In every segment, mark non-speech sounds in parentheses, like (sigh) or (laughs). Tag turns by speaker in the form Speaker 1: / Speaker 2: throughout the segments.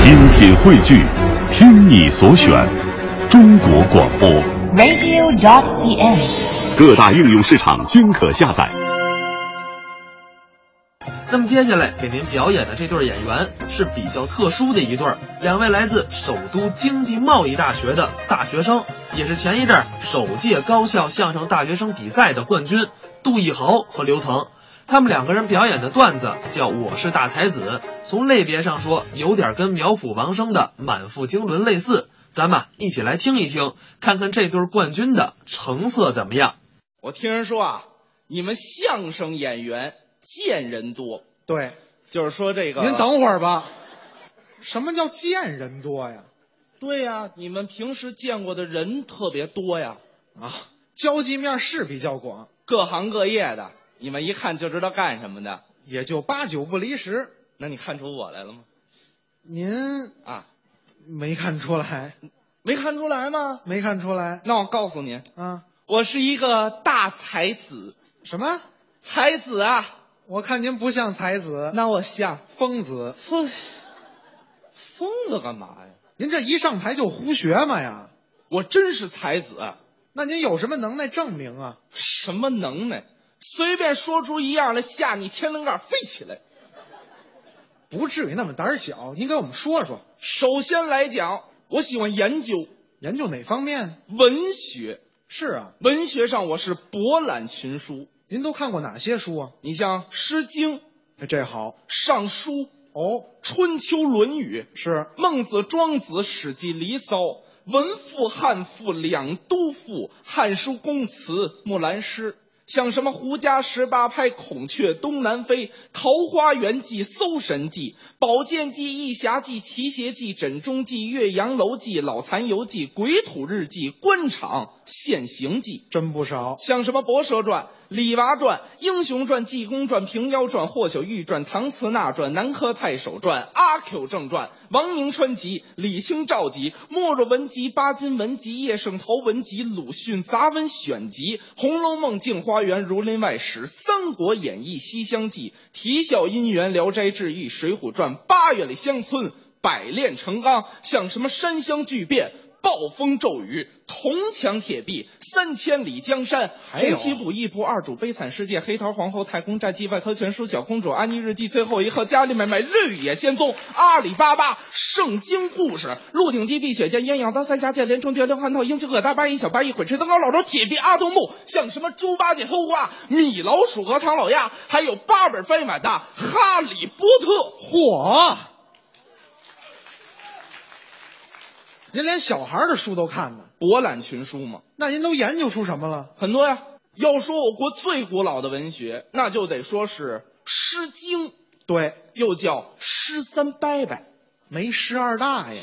Speaker 1: 精品汇聚，听你所选，中国广播。
Speaker 2: radio.cn。
Speaker 1: 各大应用市场均可下载。
Speaker 3: 那么接下来给您表演的这对演员是比较特殊的一对儿，两位来自首都经济贸易大学的大学生，也是前一阵儿首届高校相声大学生比赛的冠军杜奕豪和刘腾。他们两个人表演的段子叫《我是大才子》，从类别上说有点跟苗阜王声的《满腹经纶》类似。咱们啊一起来听一听，看看这对冠军的成色怎么样。
Speaker 4: 我听人说啊，你们相声演员见人多，
Speaker 5: 对，
Speaker 4: 就是说这个。
Speaker 5: 您，等会儿吧。什么叫见人多呀？
Speaker 4: 对呀、你们平时见过的人特别多呀，
Speaker 5: 啊，交际面是比较广，
Speaker 4: 各行各业的，你们一看就知道干什么的。
Speaker 5: 也就八九不离十。
Speaker 4: 那你看出我来了吗？
Speaker 5: 您
Speaker 4: 啊，
Speaker 5: 没看出来，
Speaker 4: 没看出来吗？
Speaker 5: 没看出来
Speaker 4: 那我告诉您，
Speaker 5: 啊？
Speaker 4: 我是一个大才子，
Speaker 5: 什么？
Speaker 4: 才子啊！
Speaker 5: 我看您不像才子，
Speaker 4: 那我像
Speaker 5: 疯子。
Speaker 4: 疯疯子干嘛呀？
Speaker 5: 您这一上台就胡学嘛呀？
Speaker 4: 我真是才子，啊
Speaker 5: 那您有什么能耐证明啊？
Speaker 4: 什么能耐？随便说出一样来，吓你天灵盖飞起来。
Speaker 5: 不至于那么胆小，您给我们说说，
Speaker 4: 首先来讲，我喜欢研究
Speaker 5: 研究哪方面？
Speaker 4: 文学，
Speaker 5: 是啊，
Speaker 4: 文学上我是博览群书。
Speaker 5: 您都看过哪些书啊？
Speaker 4: 你像《诗经》《
Speaker 5: 哎这好
Speaker 4: 尚书》《
Speaker 5: 哦，
Speaker 4: 春秋》《论语》
Speaker 5: 是
Speaker 4: 《孟子》《庄子》《史记》《离骚》《文赋》《汉赋》《两都赋》《汉书》《公词》《木兰诗》。像什么《胡笳十八拍》《孔雀东南飞》《桃花源记》《搜神记》《宝剑记》《义侠记》《奇邪记》《枕中记》《岳阳楼记》《老残游记》《鬼土日记》《官场现形记》。
Speaker 5: 真不少。
Speaker 4: 像什么《博蛇传》《李娃传》《英雄传》《济公传》《平妖传》《霍小玉传》《唐慈纳传》《南柯太守传》《阿 Q 正传》《王明川集》《李清照集》《莫若文集》《巴金文集》《叶圣陶文集》《鲁迅杂文选集》《红楼梦》《镜花缘》《儒林外史》《三国演义》《西厢记》《啼笑姻缘》《聊斋志异》《水浒传》《八月里乡村》《百炼成钢》，像什么《山乡巨变》。暴风骤雨、铜墙铁壁、三千里江山，
Speaker 5: 还有啊
Speaker 4: 红旗补一部二主悲惨世界、黑桃皇后、太空战记、外科全书、小公主、安妮日记、最后一刻、家里买卖、绿野仙踪、阿里巴巴、圣经故事、鹿鼎记、碧血剑、鸳鸯刀、三峡剑、连城诀、刘汉套、英雄葛大八一小八一、鬼吹灯高、老周、铁臂、阿童木，像什么猪八戒、偷瓜、米老鼠和唐老鸭，还有八本翻译版的《哈利波特》。
Speaker 5: 嚯！您连小孩儿的书都看呢，
Speaker 4: 博览群书嘛，
Speaker 5: 那您都研究出什么了？
Speaker 4: 很多呀。要说我国最古老的文学，那就得说是《诗经》，
Speaker 5: 对，
Speaker 4: 又叫《诗三拜拜》。
Speaker 5: 没十二大爷，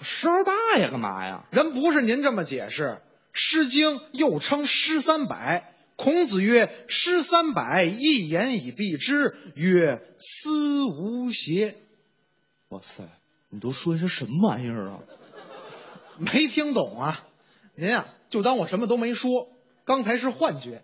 Speaker 4: 十二大爷干嘛呀？
Speaker 5: 人不是您这么解释，《诗经》又称《诗三百》。孔子曰：“诗三百，一言以蔽之，曰思无邪。
Speaker 4: 哇塞，你都说些什么玩意儿啊？”
Speaker 5: 没听懂啊？您啊，就当我什么都没说，刚才是幻觉，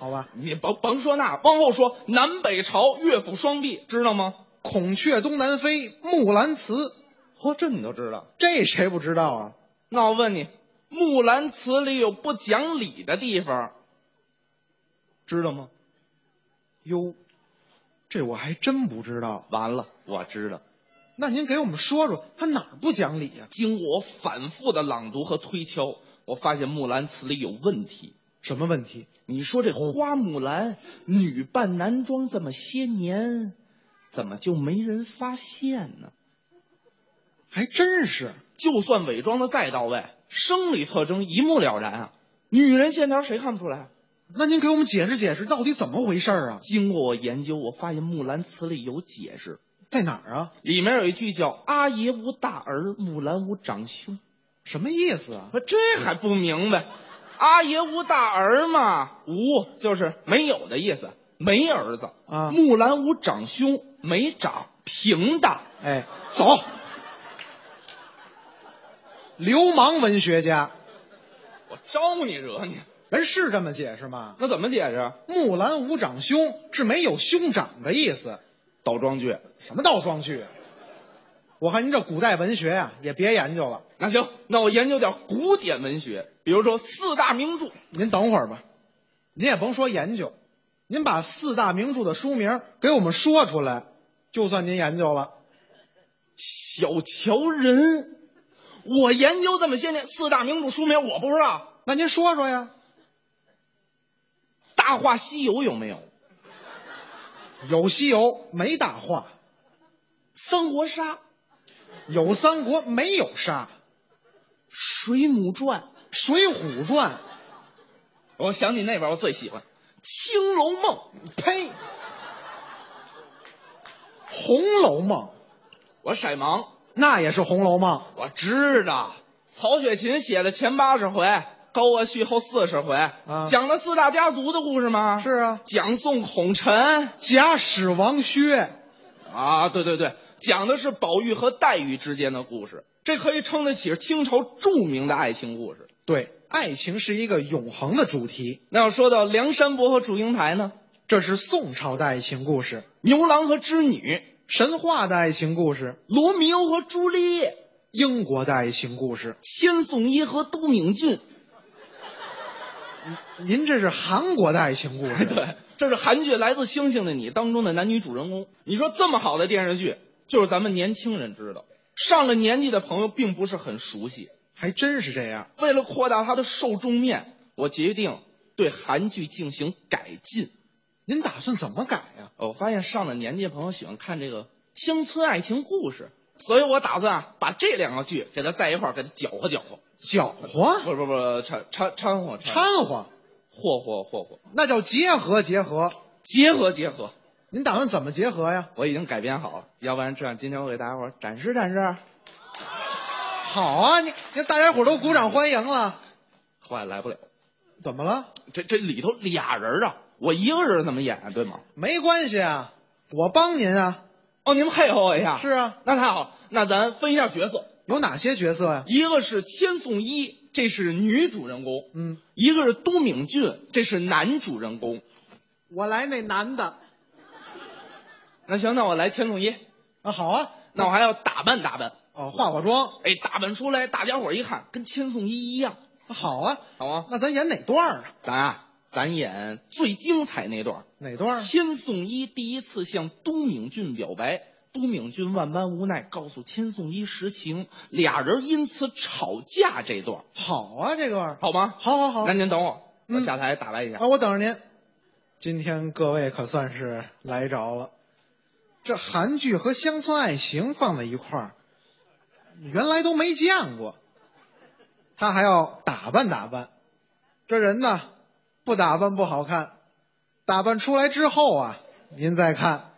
Speaker 5: 好吧？
Speaker 4: 你甭甭说那，往后说南北朝乐府双璧，知道吗？
Speaker 5: 孔雀东南飞，木兰辞，
Speaker 4: 嚯，这你都知道？
Speaker 5: 这谁不知道啊？
Speaker 4: 那我问你，《木兰辞》里有不讲理的地方，知道吗？
Speaker 5: 哟，这我还真不知道。
Speaker 4: 完了，我知道。
Speaker 5: 那您给我们说说，他哪儿不讲理呀、
Speaker 4: 经过我反复的朗读和推敲，我发现《木兰辞》里有问题。
Speaker 5: 什么问题？
Speaker 4: 你说这花木兰女扮男装这么些年，怎么就没人发现呢？
Speaker 5: 还真是。
Speaker 4: 就算伪装的再到位，生理特征一目了然啊，女人线条谁看不出来啊？
Speaker 5: 那您给我们解释解释，到底怎么回事儿啊？
Speaker 4: 经过我研究，我发现《木兰辞》里有解释，
Speaker 5: 在哪儿啊？
Speaker 4: 里面有一句叫“阿爷无大儿，木兰无长兄
Speaker 5: 什么意思”，啊？
Speaker 4: 我这还不明白，“阿爷无大儿”嘛，无就是没有的意思，没儿子
Speaker 5: 啊
Speaker 4: 木兰无长兄，没长，平的。
Speaker 5: 哎，走，流氓文学家，
Speaker 4: 我招你惹你？
Speaker 5: 人是这么解释吗？
Speaker 4: 那怎么解释？啊
Speaker 5: 木兰无长兄是没有兄长的意思，
Speaker 4: 倒装句，
Speaker 5: 什么倒装句啊？我看您这古代文学呀、也别研究了，
Speaker 4: 那行，那我研究点古典文学，比如说四大名著。
Speaker 5: 您等会儿吧，您也甭说研究，您把四大名著的书名给我们说出来，就算您研究了。
Speaker 4: 小瞧人，我研究这么些年，四大名著书名我不知道，
Speaker 5: 那您说说呀，
Speaker 4: 《大话西游》有没有？《
Speaker 5: 有西游没大话，
Speaker 4: 三国杀》《
Speaker 5: 有三国没有沙，
Speaker 4: 水母传》。
Speaker 5: 《水浒传
Speaker 4: 我想起那边我最喜欢《青楼梦》，呸！》
Speaker 5: 《红楼梦》
Speaker 4: 我色盲，
Speaker 5: 那也是《红楼梦》。
Speaker 4: 我知道曹雪芹写的前八十回，高鹗续后四十回，
Speaker 5: 啊
Speaker 4: 讲的四大家族的故事吗？
Speaker 5: 是啊，
Speaker 4: 讲宋孔陈
Speaker 5: 假使王薛，
Speaker 4: 啊，对对对，讲的是宝玉和黛玉之间的故事，这可以称得起是清朝著名的爱情故事。
Speaker 5: 对，爱情是一个永恒的主题，
Speaker 4: 那要说到梁山伯和祝英台呢，
Speaker 5: 这是宋朝的爱情故事，
Speaker 4: 牛郎和织女，
Speaker 5: 神话的爱情故事，
Speaker 4: 罗密欧和朱丽叶，
Speaker 5: 英国的爱情故事。
Speaker 4: 千颂伊和都敏俊。
Speaker 5: 您这是韩国的爱情故事，
Speaker 4: (laughs) 对，这是韩剧《来自星星的你》当中的男女主人公。你说这么好的电视剧，就是咱们年轻人知道，上了年纪的朋友并不是很熟悉。
Speaker 5: 还真是这样。
Speaker 4: 为了扩大它的受众面，我决定对韩剧进行改进。
Speaker 5: 您打算怎么改啊呀、
Speaker 4: 哦我发现上了年纪的朋友喜欢看这个乡村爱情故事，所以我打算啊把这两个剧给它在一块儿，给它搅和搅和。
Speaker 5: 搅和、
Speaker 4: 不是不是不是，掺掺掺和掺
Speaker 5: 掺和，
Speaker 4: 和和和和，
Speaker 5: 那叫结合结合。
Speaker 4: 结合结合。
Speaker 5: 您打算怎么结合呀？
Speaker 4: 我已经改编好了，要不然这样，今天我给大家伙儿展示展示。
Speaker 5: 好啊，你你大家伙都鼓掌欢迎了。
Speaker 4: 后来来不了。
Speaker 5: 怎么了？
Speaker 4: 这这里头俩人啊，我一个人怎么演啊？对吗？
Speaker 5: 没关系啊，我帮您啊。
Speaker 4: 哦，您配合我一下。
Speaker 5: 是，啊，
Speaker 4: 那太好了，那咱分一下角色，
Speaker 5: 有哪些角色呀、
Speaker 4: 一个是千颂伊，这是女主人公；
Speaker 5: 嗯，
Speaker 4: 一个是都敏俊，这是男主人公。
Speaker 5: 我来那男的
Speaker 4: 那行，那我来千颂伊，
Speaker 5: 啊，好啊，
Speaker 4: 那我还要打扮打扮。
Speaker 5: 哦，化化妆，
Speaker 4: 哎，打扮出来，大家伙儿一看跟千颂伊一样，
Speaker 5: 好啊，
Speaker 4: 好吗？
Speaker 5: 那咱演哪段啊？
Speaker 4: 咱啊，咱演最精彩那段儿，
Speaker 5: 哪段啊？
Speaker 4: 千颂伊第一次向都敏俊表白，都敏俊万般无奈，告诉千颂伊实情，俩人因此吵架这段，
Speaker 5: 好啊，这段儿
Speaker 4: 好吗？
Speaker 5: 好好好
Speaker 4: 那您等我，我
Speaker 5: 嗯
Speaker 4: 下台打扮一下。
Speaker 5: 啊，我等着您。今天各位可算是来着了，这韩剧和乡村爱情放在一块儿，原来都没见过。他还要打扮打扮，这人呢，不打扮不好看，打扮出来之后啊，您再看，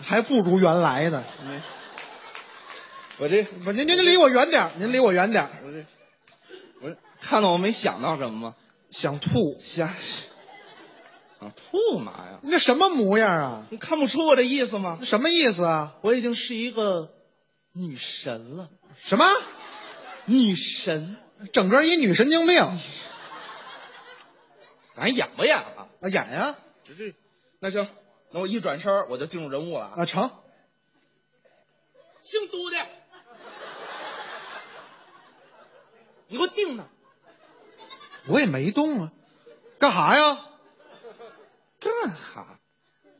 Speaker 5: 还不如原来呢。
Speaker 4: 我这
Speaker 5: 不，您您您离我远点儿，您离我远点儿，
Speaker 4: 我这看到我没想到什么吗？
Speaker 5: 想吐。
Speaker 4: 想 (laughs) 啊，吐嘛呀？
Speaker 5: 你这什么模样啊？
Speaker 4: 你看不出我这意思吗？
Speaker 5: 什么意思啊？
Speaker 4: 我已经是一个女神了，
Speaker 5: 什么？
Speaker 4: 女神，
Speaker 5: 整个一女神经病？啊，哎
Speaker 4: 咱演不演了？
Speaker 5: 演呀、
Speaker 4: 只是，那行，那我一转身儿我就进入人物了
Speaker 5: 啊，
Speaker 4: 啊。
Speaker 5: 成。
Speaker 4: 姓都的，你给我定那儿，
Speaker 5: 我也没动啊，干哈呀？
Speaker 4: 干哈？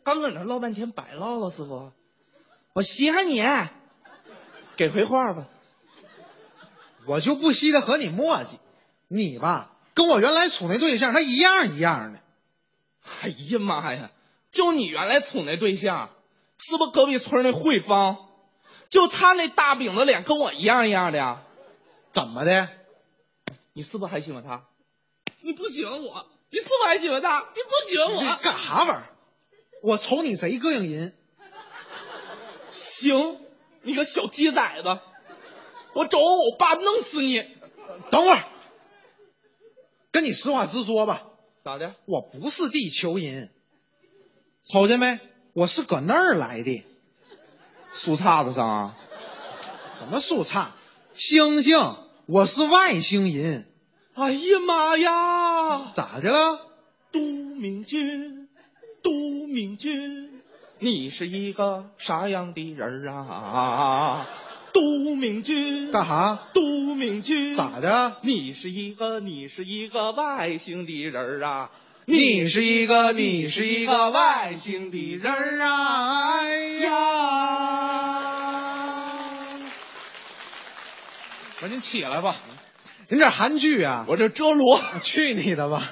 Speaker 4: 刚搁那儿唠半天，白唠了是不？我稀罕你，给回话吧。
Speaker 5: 我就不稀得和你墨迹，你吧，跟我原来处那对象他一样一样的。
Speaker 4: 哎呀妈呀，就你原来处那对象，是不是隔壁村那慧芳？就她那大饼子脸，跟我一样一样的呀。
Speaker 5: 怎么的？
Speaker 4: 你是不是还喜欢她？你不喜欢我？你是不是还喜欢她？你不喜欢
Speaker 5: 你这
Speaker 4: 我？
Speaker 5: 干哈玩意儿？我瞅你贼膈应人，
Speaker 4: 行，你个小鸡崽子，我找我欧巴弄死你！
Speaker 5: 等会儿，跟你实话实说吧，
Speaker 4: 咋的？
Speaker 5: 我不是地球人，瞅见没？我是搁那儿来的。
Speaker 4: 树杈子上啊？
Speaker 5: 什么树杈？猩猩，我是外星人，
Speaker 4: 哎呀妈呀！
Speaker 5: 咋的了？
Speaker 4: 都敏俊，都敏俊，你是一个啥样的人儿啊？都敏君，
Speaker 5: 干哈？
Speaker 4: 都敏君，
Speaker 5: 咋？的？
Speaker 4: 你是一个，你是一个外星的人儿啊！
Speaker 5: 你是一个，你是一个外星的人儿啊！哎呀，
Speaker 4: 我说您起来吧，
Speaker 5: 您这韩剧啊，
Speaker 4: 我这遮罗。
Speaker 5: (laughs) 去你的吧！